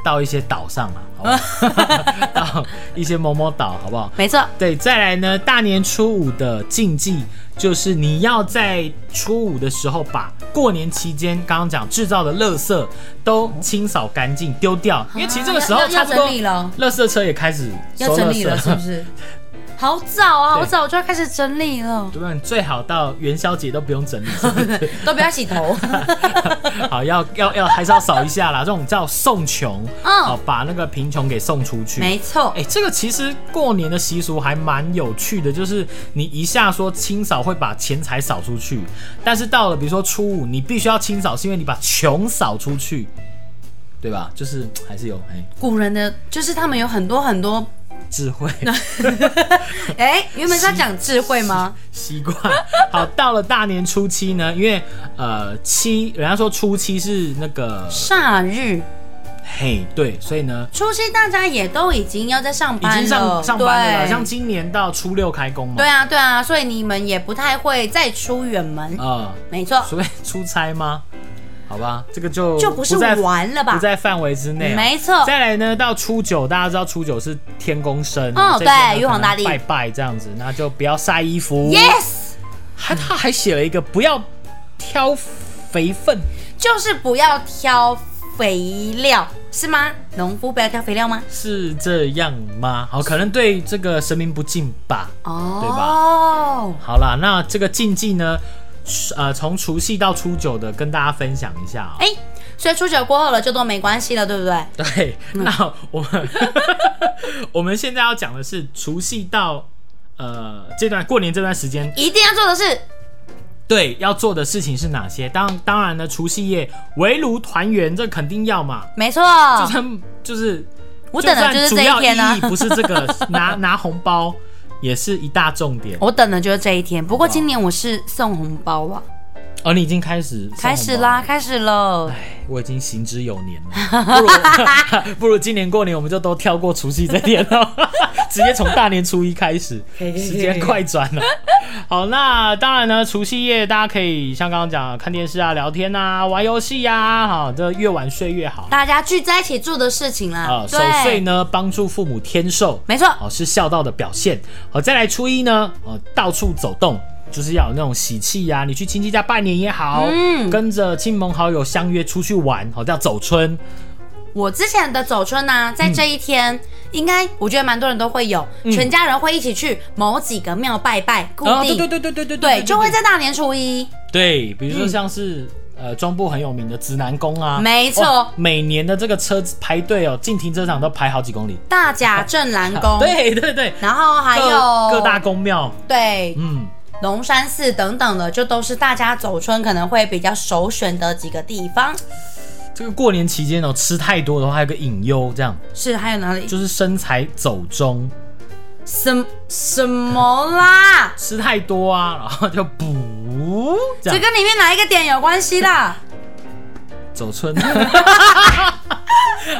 [SPEAKER 1] 到一些岛上啊，好不好？ (laughs) 到一些某某岛，好不好？
[SPEAKER 2] 没错，
[SPEAKER 1] 对，再来呢，大年初五的禁忌就是你要在初五的时候把过年期间刚刚讲制造的垃圾都清扫干净丢掉，因为其实这个时
[SPEAKER 2] 啊
[SPEAKER 1] 候
[SPEAKER 2] 要要
[SPEAKER 1] 差不多
[SPEAKER 2] 要整理了，
[SPEAKER 1] 垃圾车也开始
[SPEAKER 2] 要
[SPEAKER 1] 收
[SPEAKER 2] 整
[SPEAKER 1] 垃
[SPEAKER 2] 理了是不
[SPEAKER 1] 圾。
[SPEAKER 2] 是？ (laughs) 好早啊，
[SPEAKER 1] 对
[SPEAKER 2] 好早就要开始整理了，
[SPEAKER 1] (laughs) 对吧？你最好到元宵节都不用整理，是不 (laughs) 是
[SPEAKER 2] 都不要
[SPEAKER 1] (laughs)
[SPEAKER 2] 洗头。
[SPEAKER 1] 好要要要还是要扫一下啦。这种叫送穷，
[SPEAKER 2] 嗯
[SPEAKER 1] 哦，把那个贫穷给送出去。
[SPEAKER 2] 没错 (laughs)
[SPEAKER 1] 哎、，这个其实过年的习俗还蛮有趣的，就是你一下说清扫会把钱财扫出去，但是到了比如说初五，你必须要清扫，是因为你把穷扫出去，对吧？就是还是有哎、
[SPEAKER 2] 古人的就是他们有很多
[SPEAKER 1] (laughs)
[SPEAKER 2] 很多，
[SPEAKER 1] 智慧
[SPEAKER 2] 哎、原本是要讲智慧吗？
[SPEAKER 1] 习惯。好，到了大年初七呢，因为呃七，人家说初七是那个
[SPEAKER 2] 煞日，
[SPEAKER 1] 嘿对，所以呢。
[SPEAKER 2] 初七大家也都已经要在上
[SPEAKER 1] 已
[SPEAKER 2] 班了，
[SPEAKER 1] 经上上班了啦，
[SPEAKER 2] 对
[SPEAKER 1] 像今年到初六开工嘛。
[SPEAKER 2] 对啊对啊，所以你们也不太会再出远门，
[SPEAKER 1] 啊、
[SPEAKER 2] 没错，
[SPEAKER 1] 所谓出差吗？好吧，这个就
[SPEAKER 2] 就不是
[SPEAKER 1] 在
[SPEAKER 2] 玩了吧
[SPEAKER 1] 不？在范围之内啊、
[SPEAKER 2] 没错
[SPEAKER 1] 再来呢，到初九，大家知道初九是天公生
[SPEAKER 2] 哦
[SPEAKER 1] 这一天呢
[SPEAKER 2] 对玉皇大帝
[SPEAKER 1] 可能拜拜这样子，那就不要晒衣服。
[SPEAKER 2] Yes，
[SPEAKER 1] 还他还写了一个不要挑肥粪，
[SPEAKER 2] 就是不要挑肥料，是吗？农夫不要挑肥料吗？
[SPEAKER 1] 是这样吗？好，可能对这个神明不敬吧。
[SPEAKER 2] 哦，
[SPEAKER 1] 对好啦，那这个禁忌呢，呃，从除夕到初九的跟大家分享一下、哦。
[SPEAKER 2] 哎、所以初九过后了就都没关系了，对不对？
[SPEAKER 1] (laughs) 对，那我们我们现在要讲的是除夕到呃这段过年这段时间
[SPEAKER 2] 一定要做的是
[SPEAKER 1] 对要做的事情是哪些？当当然呢，除夕夜围炉团圆，这肯定要嘛。
[SPEAKER 2] 没错，
[SPEAKER 1] 就算就是
[SPEAKER 2] 啊我等的就是
[SPEAKER 1] 就算
[SPEAKER 2] 这一天啊
[SPEAKER 1] 主要意义不是这
[SPEAKER 2] (laughs)
[SPEAKER 1] 个拿拿红包也是一大重点。
[SPEAKER 2] 我等的就是这一天。不过今年我是送红包啊，
[SPEAKER 1] 而、哦你已经开始送
[SPEAKER 2] 开始
[SPEAKER 1] 红包了
[SPEAKER 2] 啦，开始喽。
[SPEAKER 1] 哎，我已经行之有年了，不如 (laughs) 不如今年过年我们就都跳过除夕这天了， (laughs) 直接从大年初一开始，
[SPEAKER 2] 可以可以可以
[SPEAKER 1] 时间快转了。好，那当然呢，除夕夜大家可以像刚刚讲，看电视啊、聊天啊、玩游戏啊，哈，这越晚睡越好。
[SPEAKER 2] 大家聚在一起做的事情啦
[SPEAKER 1] 啊，，守岁
[SPEAKER 2] 对，
[SPEAKER 1] 呢，帮助父母添寿，
[SPEAKER 2] 没错，
[SPEAKER 1] 哦，是孝道的表现。哦，再来初一呢，哦，到处走动，就是要有那种喜气呀、你去亲戚家拜年也好，
[SPEAKER 2] 嗯
[SPEAKER 1] 跟着亲朋好友相约出去玩，哦，叫走春。
[SPEAKER 2] 我之前的走春呢、在
[SPEAKER 1] 嗯
[SPEAKER 2] 这一天，应该我觉得蛮多人都会有，全家人会一起去某几个庙拜拜，固
[SPEAKER 1] 啊，对
[SPEAKER 2] 定、
[SPEAKER 1] 对对对对对
[SPEAKER 2] 对，就会在大年初一，
[SPEAKER 1] 对，比如说像是。呃，中部很有名的直南宫啊，
[SPEAKER 2] 嗯没错
[SPEAKER 1] 哇每年的这个车子排队哦，进停车场都排好几公里。
[SPEAKER 2] 大甲镇澜宫，
[SPEAKER 1] (laughs) 对对对，
[SPEAKER 2] 然后还
[SPEAKER 1] 各
[SPEAKER 2] 有
[SPEAKER 1] 各大宫庙，
[SPEAKER 2] 对
[SPEAKER 1] 嗯，
[SPEAKER 2] 龙山寺等等的，就都是大家走春可能会比较首选的几个地方。
[SPEAKER 1] 这个过年期间哦，吃太多的话，还有个隐忧，这样
[SPEAKER 2] 是还有哪里？
[SPEAKER 1] 就是身材走中，
[SPEAKER 2] 什什么啦？
[SPEAKER 1] 吃太多啊，然后就补，这
[SPEAKER 2] 这
[SPEAKER 1] 样
[SPEAKER 2] 跟里面哪一个点有关系啦？
[SPEAKER 1] 走春。 (laughs)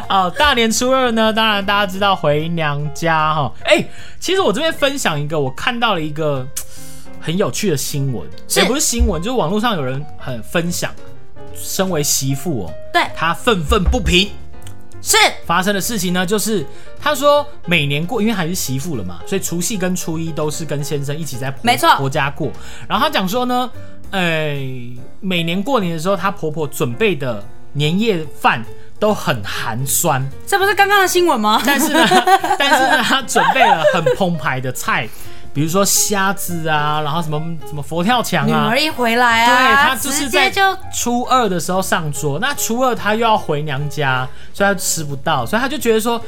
[SPEAKER 1] 哦，大年初二呢，当然大家知道回娘家哈。哎、其实我这边分享一个，我看到了一个很有趣的新闻，
[SPEAKER 2] 是
[SPEAKER 1] 也不是新闻，就是网络上有人很分享，身为媳妇哦，
[SPEAKER 2] 对，
[SPEAKER 1] 她愤愤不平。
[SPEAKER 2] 是
[SPEAKER 1] 发生的事情呢，就是她说每年过，因为还是媳妇了嘛，所以除夕跟初一都是跟先生一起在婆
[SPEAKER 2] 没错
[SPEAKER 1] 婆家过。然后她讲说呢，哎、每年过年的时候，她婆婆准备的年夜饭都很寒酸，
[SPEAKER 2] 这不是刚刚的新闻吗？
[SPEAKER 1] (laughs) 但是
[SPEAKER 2] (laughs)
[SPEAKER 1] 呢，但是呢，她准备了很澎湃的菜，比如说虾子啊，然后什么什么佛跳墙
[SPEAKER 2] 女
[SPEAKER 1] 啊，
[SPEAKER 2] 儿一回来
[SPEAKER 1] 对
[SPEAKER 2] 啊，
[SPEAKER 1] 他就
[SPEAKER 2] 直
[SPEAKER 1] 是在
[SPEAKER 2] 接就
[SPEAKER 1] 初二的时候上桌，那初二他又要回娘家，所以他吃不到，所以他就觉得说，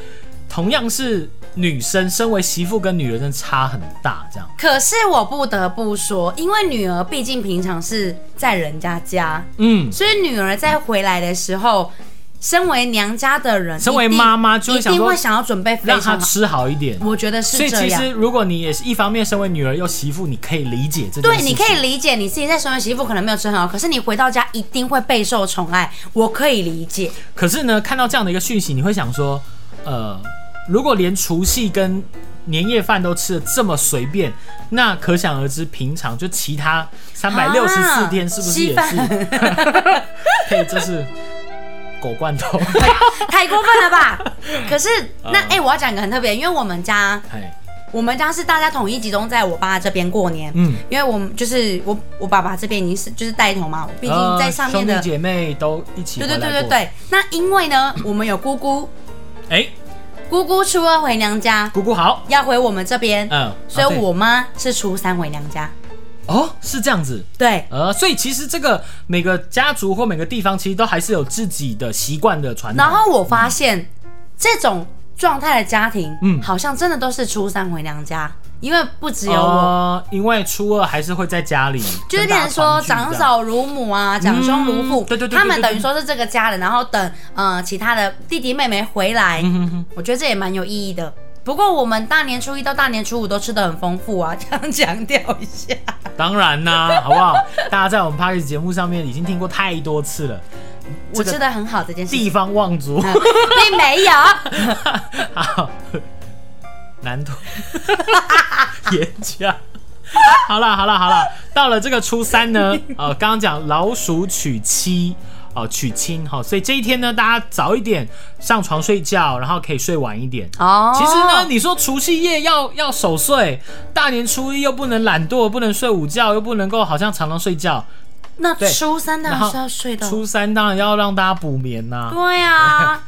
[SPEAKER 1] 同样是女生，身为媳妇跟女人真的差很大，这样。
[SPEAKER 2] 可是我不得不说，因为女儿毕竟平常是在人家家，
[SPEAKER 1] 嗯，
[SPEAKER 2] 所以女儿在回来的时候，身为娘家的人，
[SPEAKER 1] 身为
[SPEAKER 2] 一定
[SPEAKER 1] 妈妈就会
[SPEAKER 2] 一
[SPEAKER 1] 想
[SPEAKER 2] 定
[SPEAKER 1] 说
[SPEAKER 2] 会想要准备非
[SPEAKER 1] 让她
[SPEAKER 2] 常好。
[SPEAKER 1] 吃好一点。
[SPEAKER 2] 我觉得
[SPEAKER 1] 所
[SPEAKER 2] 是
[SPEAKER 1] 以
[SPEAKER 2] 这
[SPEAKER 1] 其
[SPEAKER 2] 样。
[SPEAKER 1] 实如果你也是一方面身为女儿又媳妇，你可以理解这件
[SPEAKER 2] 对，
[SPEAKER 1] 事
[SPEAKER 2] 你
[SPEAKER 1] 情
[SPEAKER 2] 可以理解你自己在身为媳妇可能没有吃很好，可是你回到家一定会备受宠爱，我可以理
[SPEAKER 1] (laughs)
[SPEAKER 2] 解。
[SPEAKER 1] 可是呢，看到这样的一个讯息，你会想说，呃，如果连除夕跟年夜饭都吃的这么随便，那可想而知，平常就其他三百六十四
[SPEAKER 2] 啊
[SPEAKER 1] 天是不是也
[SPEAKER 2] 稀饭
[SPEAKER 1] 是？ (laughs) 嘿，这是狗罐
[SPEAKER 2] (laughs)
[SPEAKER 1] 头。
[SPEAKER 2] 太过分
[SPEAKER 1] (laughs)
[SPEAKER 2] 了吧？可是那
[SPEAKER 1] 嗯
[SPEAKER 2] 哎、我要讲一个很特别，因为我们家
[SPEAKER 1] 哎，
[SPEAKER 2] 我们家是大家统一集中在我爸这边过年，
[SPEAKER 1] 嗯，
[SPEAKER 2] 因为我们就是我我爸爸这边已经是就是带头嘛，毕竟
[SPEAKER 1] 呃
[SPEAKER 2] 在上面
[SPEAKER 1] 兄
[SPEAKER 2] 的，
[SPEAKER 1] 弟姐妹都一起
[SPEAKER 2] 对
[SPEAKER 1] 回
[SPEAKER 2] 对
[SPEAKER 1] 来
[SPEAKER 2] 对对
[SPEAKER 1] 过。
[SPEAKER 2] 对。那因为呢，我们有姑姑，
[SPEAKER 1] 哎，
[SPEAKER 2] 姑姑初二回娘家，
[SPEAKER 1] 姑姑好，
[SPEAKER 2] 要回我们这边，
[SPEAKER 1] 嗯，
[SPEAKER 2] 所
[SPEAKER 1] 啊
[SPEAKER 2] 以
[SPEAKER 1] 对
[SPEAKER 2] 我妈是初三回娘家。
[SPEAKER 1] 哦是这样子。
[SPEAKER 2] 对，
[SPEAKER 1] 呃，所以其实这个每个家族或每个地方，其实都还是有自己的习惯的传统。
[SPEAKER 2] 然后我发现这种状态的家庭，
[SPEAKER 1] 嗯
[SPEAKER 2] 嗯，好像真的都是初三回娘家，因为不只有我。
[SPEAKER 1] 呃，因为初二还是会在家里，
[SPEAKER 2] 就是
[SPEAKER 1] 跟大
[SPEAKER 2] 变
[SPEAKER 1] 家
[SPEAKER 2] 成
[SPEAKER 1] 团
[SPEAKER 2] 说
[SPEAKER 1] 聚
[SPEAKER 2] 长
[SPEAKER 1] 这样
[SPEAKER 2] 嫂如母啊，长兄如父，
[SPEAKER 1] 嗯对对对对
[SPEAKER 2] 他们
[SPEAKER 1] 对
[SPEAKER 2] 等于
[SPEAKER 1] 对
[SPEAKER 2] 说是这个家人，然后等呃其他的弟弟妹妹回来，
[SPEAKER 1] 嗯
[SPEAKER 2] 我觉得这也蛮有意义的。不过我们大年初一到大年初五都吃的很丰富啊， (laughs) 这样强调一下。
[SPEAKER 1] (laughs) 当然啦、好不好？大家在我们 p a r k 节目上面已经听过太多次了，
[SPEAKER 2] 我吃的很好这件事情，
[SPEAKER 1] 地方望族 (laughs)
[SPEAKER 2] 嗯并没有，
[SPEAKER 1] 好难度 (laughs) 严加。好啦好啦好啦，到了这个初三
[SPEAKER 2] (laughs)
[SPEAKER 1] 呢，呃，刚刚讲老鼠娶妻。哦，娶亲哈、哦，所以这一天呢，大家早一点上床睡觉，然后可以睡晚一点。
[SPEAKER 2] 哦，
[SPEAKER 1] 其实呢，你说除夕夜要要守岁，大年初一又不能懒惰，不能睡午觉，又不能够好像常常睡觉。
[SPEAKER 2] 那
[SPEAKER 1] 对
[SPEAKER 2] 初三当
[SPEAKER 1] 然后
[SPEAKER 2] 然是要睡的哦，
[SPEAKER 1] 初三当然要让大家补眠呐、
[SPEAKER 2] 对
[SPEAKER 1] (laughs)
[SPEAKER 2] 啊，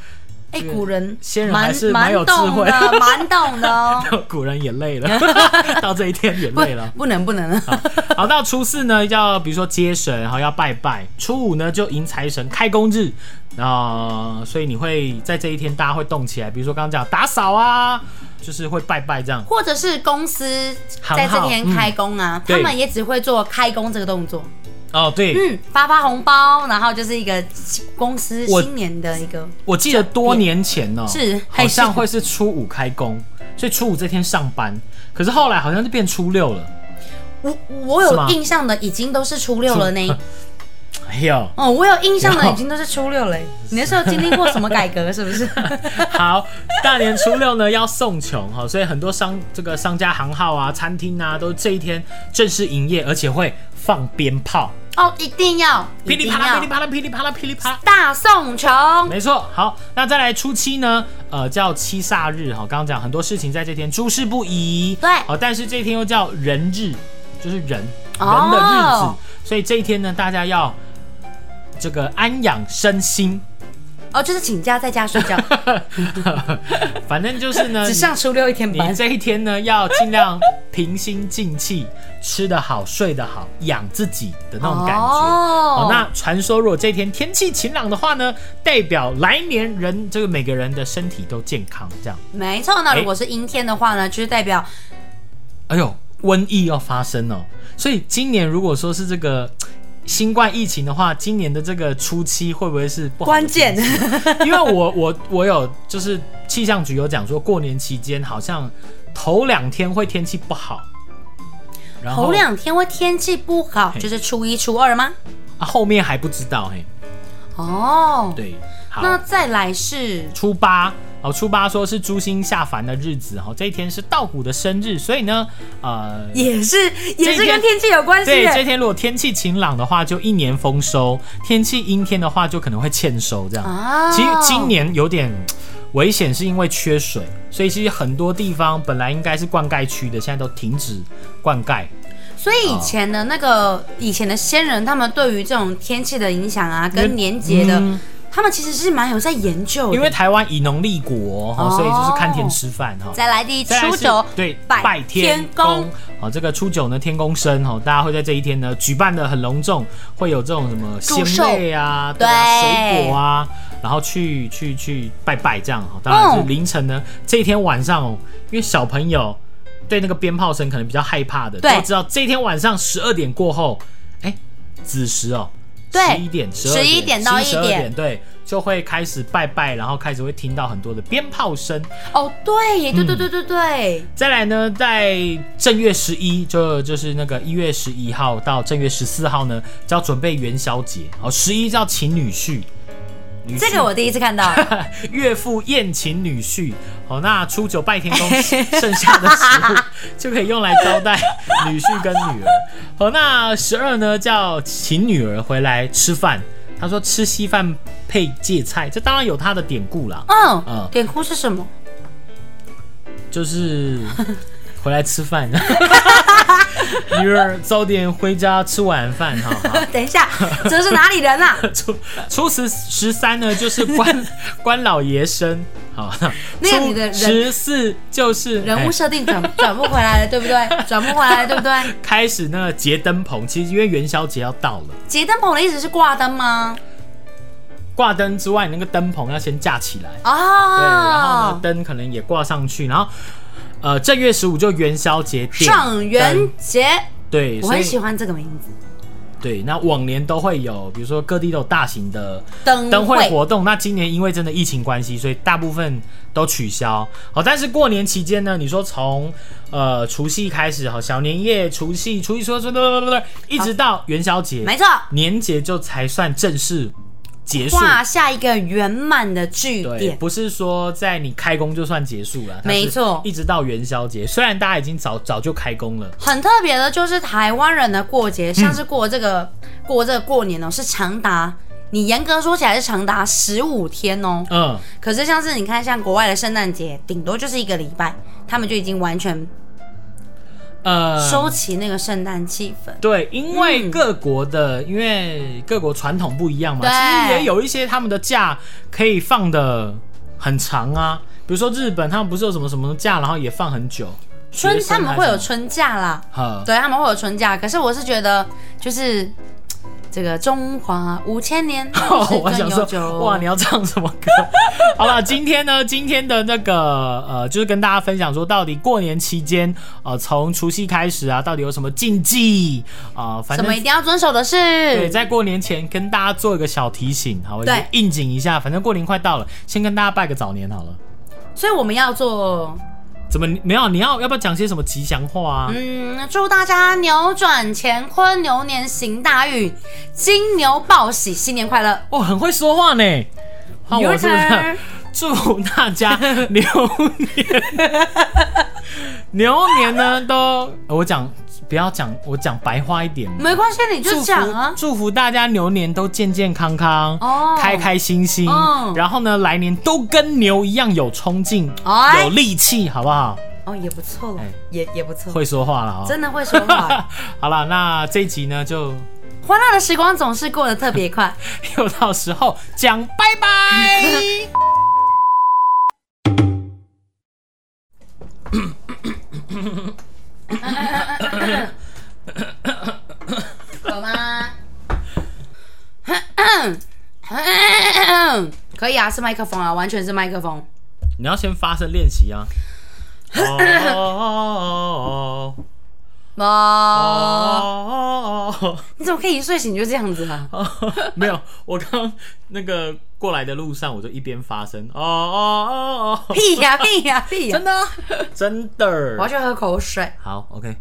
[SPEAKER 2] 哎，古人
[SPEAKER 1] 先人还
[SPEAKER 2] 蛮
[SPEAKER 1] 是蛮
[SPEAKER 2] 蛮
[SPEAKER 1] 有智
[SPEAKER 2] 懂
[SPEAKER 1] 慧 (laughs)
[SPEAKER 2] 的，蛮懂的哦，
[SPEAKER 1] 古人也累
[SPEAKER 2] (laughs)
[SPEAKER 1] 了，到这一天也
[SPEAKER 2] 不
[SPEAKER 1] 累了。
[SPEAKER 2] 不能不能，
[SPEAKER 1] 好，到初四呢，要比如说接神，然后要拜拜；初五呢，就迎财神开工日。啊、所以你会在这一天，大家会动起来，比如说刚刚讲打扫啊，就是会拜拜这样。
[SPEAKER 2] (laughs) 或者是公司在这天
[SPEAKER 1] 行号嗯
[SPEAKER 2] 开工啊，
[SPEAKER 1] 对
[SPEAKER 2] 他们也只会做开工这个动作，
[SPEAKER 1] 哦，对，
[SPEAKER 2] 嗯，发发红包，然后就是一个公司
[SPEAKER 1] 我
[SPEAKER 2] 新年的一个，
[SPEAKER 1] 我记得多年前呢、
[SPEAKER 2] 是
[SPEAKER 1] 好像
[SPEAKER 2] 还是
[SPEAKER 1] 会是初五开工，所以初五这天上班。可是后来好像就变初六了。
[SPEAKER 2] 我我
[SPEAKER 1] 是吗
[SPEAKER 2] 有印象的已经都是初六了呢。
[SPEAKER 1] 哎呦，
[SPEAKER 2] (laughs) 哦，我有印象的
[SPEAKER 1] 有
[SPEAKER 2] 已经都是初六了耶。你那时候经历过什么改革？是不
[SPEAKER 1] (laughs)
[SPEAKER 2] 是？
[SPEAKER 1] (laughs) 好，大年初六呢要送穷哈，所以很多商这个商家行号啊、餐厅啊，都这一天正式营业，而且会放鞭炮，
[SPEAKER 2] 哦，一定要，
[SPEAKER 1] 噼
[SPEAKER 2] 一
[SPEAKER 1] 里
[SPEAKER 2] 定
[SPEAKER 1] 啪啦、噼
[SPEAKER 2] 要
[SPEAKER 1] 里啪啦、噼里啪啦、噼里啪啦。
[SPEAKER 2] 大送穷。
[SPEAKER 1] 没错，好，那再来初七呢？呃，叫七煞日哈，刚刚讲很多事情在这天诸事不宜，
[SPEAKER 2] 对
[SPEAKER 1] 好，但是这一天又叫人日，就是人人的日子，
[SPEAKER 2] 哦
[SPEAKER 1] 所以这一天呢，大家要这个安养身心， (laughs)
[SPEAKER 2] 哦，就是请假在家睡觉，
[SPEAKER 1] 反正就是呢，
[SPEAKER 2] (laughs) 只上初六一天
[SPEAKER 1] 嗯你
[SPEAKER 2] 班。
[SPEAKER 1] 这一天呢，要尽量平心静气，吃得好，睡得好，养自己的那种感觉。哦，
[SPEAKER 2] 哦
[SPEAKER 1] 那传说如果这一天天气晴朗的话呢，代表来年人这个每个人的身体都健康，这样。
[SPEAKER 2] 没错。那
[SPEAKER 1] 哎
[SPEAKER 2] 如果是阴天的话呢，就是代表
[SPEAKER 1] 哎呦，瘟疫要发生哦，所以今年如果说是这个。新冠疫情的话，今年的这个初期会不会是不好的
[SPEAKER 2] 关键
[SPEAKER 1] 因为我我我有就是气象局有讲说，过年期间好像头两天会天气不好，然后
[SPEAKER 2] 头两天会天气不好，
[SPEAKER 1] 嘿
[SPEAKER 2] 就是初一、初二吗？
[SPEAKER 1] 啊后面还不知道嘿。
[SPEAKER 2] 哦，
[SPEAKER 1] 对，好，
[SPEAKER 2] 那再来是
[SPEAKER 1] 初八哦，初八说是朱星下凡的日子哦，这一天是道谷的生日，所以呢，呃。
[SPEAKER 2] 也是也
[SPEAKER 1] 这
[SPEAKER 2] 是
[SPEAKER 1] 一天
[SPEAKER 2] 跟天气有关系
[SPEAKER 1] 对，这
[SPEAKER 2] 耶。
[SPEAKER 1] 天如果天气晴朗的话，就一年丰收；天气阴天的话，就可能会欠收。这样，
[SPEAKER 2] 啊
[SPEAKER 1] 其实今年有点危险，是因为缺水，所以其实很多地方本来应该是灌溉区的，现在都停止灌溉。
[SPEAKER 2] 所以以前的那个以前的先人，他们对于这种天气的影响啊，跟年节的，
[SPEAKER 1] 嗯
[SPEAKER 2] 他们其实是蛮有在研究的。
[SPEAKER 1] 因为台湾以农立国哈，
[SPEAKER 2] 哦
[SPEAKER 1] 所以就是看天吃饭哦哈。
[SPEAKER 2] 再来第
[SPEAKER 1] 再来
[SPEAKER 2] 初
[SPEAKER 1] 是
[SPEAKER 2] 九，
[SPEAKER 1] 对
[SPEAKER 2] 拜
[SPEAKER 1] 拜天
[SPEAKER 2] 天
[SPEAKER 1] 公
[SPEAKER 2] 公，
[SPEAKER 1] 好，这个初九呢天公生哦，大家会在这一天呢举办的很隆重，会有这种什么
[SPEAKER 2] 祝
[SPEAKER 1] 鲜类啊，对啊，
[SPEAKER 2] 对
[SPEAKER 1] 水果啊，然后去去去拜拜这样哦。当然是凌晨呢，这一天晚上哦，因为小朋友对那个鞭炮声可能比较害怕的，
[SPEAKER 2] 对
[SPEAKER 1] 都知道这一天晚上十二点过后，哎，子时哦，
[SPEAKER 2] 对
[SPEAKER 1] 十一点、十二
[SPEAKER 2] 11点到
[SPEAKER 1] 十
[SPEAKER 2] 1
[SPEAKER 1] 二
[SPEAKER 2] 点
[SPEAKER 1] 点，对，就会开始拜拜，然后开始会听到很多的鞭炮声。
[SPEAKER 2] 哦，对耶，对对
[SPEAKER 1] 嗯
[SPEAKER 2] 对对对，
[SPEAKER 1] 再来呢，在正月十一，就就是那个一月十一号到正月十四号呢，就要准备元宵节。哦，十一叫请女婿，女婿
[SPEAKER 2] 这
[SPEAKER 1] (laughs)
[SPEAKER 2] 个我第一次看到。
[SPEAKER 1] 岳父宴请女婿。哦，那初九拜天公剩下的食物就可以用来招待女婿跟女儿。哦，那十二呢叫请女儿回来吃饭。他说吃稀饭配芥菜，这当然有他的典故啦，嗯
[SPEAKER 2] 嗯，典故是什么？ (laughs)
[SPEAKER 1] 就是回来吃饭。 (laughs) 女儿早点回家吃晚饭哈。好 (laughs)
[SPEAKER 2] 等一下，这是哪里人啊？
[SPEAKER 1] 初初十十三呢，就是关
[SPEAKER 2] (laughs)
[SPEAKER 1] 关老爷生，好。
[SPEAKER 2] 那个你的人
[SPEAKER 1] 初十四就是
[SPEAKER 2] 人
[SPEAKER 1] 哎
[SPEAKER 2] 物设定转转不回来了，对不
[SPEAKER 1] (laughs)
[SPEAKER 2] 对？转不回来了，对不对？
[SPEAKER 1] 开始那个节灯棚，其实因为元宵节要到了，
[SPEAKER 2] 节灯棚的意思是挂灯吗？
[SPEAKER 1] 挂灯之外，那个灯棚要先架起来，对，然后呢
[SPEAKER 2] 哦，
[SPEAKER 1] 灯可能也挂上去，然后呃正月十五就元宵节点
[SPEAKER 2] 上元
[SPEAKER 1] 灯
[SPEAKER 2] 节，
[SPEAKER 1] 对，
[SPEAKER 2] 我
[SPEAKER 1] 所以
[SPEAKER 2] 很喜欢这个名字。
[SPEAKER 1] 对，那往年都会有，比如说各地都有大型的
[SPEAKER 2] 灯
[SPEAKER 1] 灯会
[SPEAKER 2] 嗯会
[SPEAKER 1] 活动。那今年因为真的疫情关系，所以大部分都取消。好，但是过年期间呢，你说从呃除夕开始，好小年夜、除夕、初一、初二、初三初三、一直到元宵节，
[SPEAKER 2] 没错，
[SPEAKER 1] 年节就才算正式结束。
[SPEAKER 2] 画下一个圆满的句
[SPEAKER 1] 对，
[SPEAKER 2] 点。
[SPEAKER 1] 不是说在你开工就算结束了，它是
[SPEAKER 2] 没错
[SPEAKER 1] 一直到元宵节。虽然大家已经早早就开工了，
[SPEAKER 2] 很特别的就是台湾人的过节，像是过这个、
[SPEAKER 1] 嗯
[SPEAKER 2] 过这个过年哦，是长达你严格说起来是长达十五天哦。
[SPEAKER 1] 嗯，
[SPEAKER 2] 可是像是你看，像国外的圣诞节，顶多就是一个礼拜，他们就已经完全
[SPEAKER 1] 呃，
[SPEAKER 2] 收起那个圣诞气氛。
[SPEAKER 1] 对，因为
[SPEAKER 2] 嗯
[SPEAKER 1] 各国的、因为各国传统不一样嘛，
[SPEAKER 2] 对
[SPEAKER 1] 其实也有一些他们的假可以放的很长啊，比如说日本，他们不是有什么什么假，然后也放很久，
[SPEAKER 2] 春
[SPEAKER 1] 学生
[SPEAKER 2] 他们
[SPEAKER 1] 还
[SPEAKER 2] 会有
[SPEAKER 1] 是
[SPEAKER 2] 春假啦，
[SPEAKER 1] 什么，呃
[SPEAKER 2] 对他们会有春假。可是我是觉得，就是这个中华五千年，
[SPEAKER 1] (laughs) 哦
[SPEAKER 2] 历史
[SPEAKER 1] 我想
[SPEAKER 2] 更悠
[SPEAKER 1] 说，
[SPEAKER 2] 久。
[SPEAKER 1] 哇，你要唱什么
[SPEAKER 2] (laughs)
[SPEAKER 1] 歌？好了，今天呢，今天的那个呃，就是跟大家分享说，到底过年期间，呃，从除夕开始啊，到底有什么禁忌啊、呃反
[SPEAKER 2] 什
[SPEAKER 1] 正
[SPEAKER 2] 么一定要遵守的
[SPEAKER 1] 对，
[SPEAKER 2] 事？
[SPEAKER 1] 在过年前跟大家做一个小提醒，好，
[SPEAKER 2] 嗯对
[SPEAKER 1] 应景一下，反正过年快到了，先跟大家拜个早年好了。
[SPEAKER 2] 所以我们要做，
[SPEAKER 1] 怎么没有？你要要不要讲些什么吉祥话啊？
[SPEAKER 2] 嗯，祝大家扭转乾坤，牛年行大运，金牛报喜，新年快乐。
[SPEAKER 1] 哦，很会说话呢。换
[SPEAKER 2] Your
[SPEAKER 1] 哦我是不是
[SPEAKER 2] turn？
[SPEAKER 1] (laughs) 祝大家牛年牛年呢都，我讲不要讲，我讲白话一点。
[SPEAKER 2] 没关系，嗯你
[SPEAKER 1] 祝
[SPEAKER 2] 就
[SPEAKER 1] 福
[SPEAKER 2] 讲啊。
[SPEAKER 1] 祝福大家牛年都健健康康，
[SPEAKER 2] 哦
[SPEAKER 1] 开开心心，
[SPEAKER 2] 嗯
[SPEAKER 1] 然后呢，来年都跟牛一样有冲劲，
[SPEAKER 2] 哎
[SPEAKER 1] 有力气，好不好？
[SPEAKER 2] 哦，也不错了
[SPEAKER 1] 哎，
[SPEAKER 2] 也也不错，
[SPEAKER 1] 会说话了啊、哦！
[SPEAKER 2] 真的会说
[SPEAKER 1] (laughs)
[SPEAKER 2] 话。
[SPEAKER 1] 好了，那这一集呢就
[SPEAKER 2] 欢乐的时光总是过得特别快。
[SPEAKER 1] 又到时候讲拜拜。
[SPEAKER 2] 有吗？ (coughs) 可以啊，是麦克风啊，完全是麦克风。
[SPEAKER 1] 你要先发声练习啊。哦
[SPEAKER 2] 哦，
[SPEAKER 1] 哦
[SPEAKER 2] 你怎么可以一睡醒就这样子啊？
[SPEAKER 1] 哦！没有，我刚那个过来的路上，我就一边发声。哦哦哦哦，
[SPEAKER 2] 屁呀、屁呀、屁呀、
[SPEAKER 1] 真的啊真的。
[SPEAKER 2] 我要去喝口水。
[SPEAKER 1] 好，OK。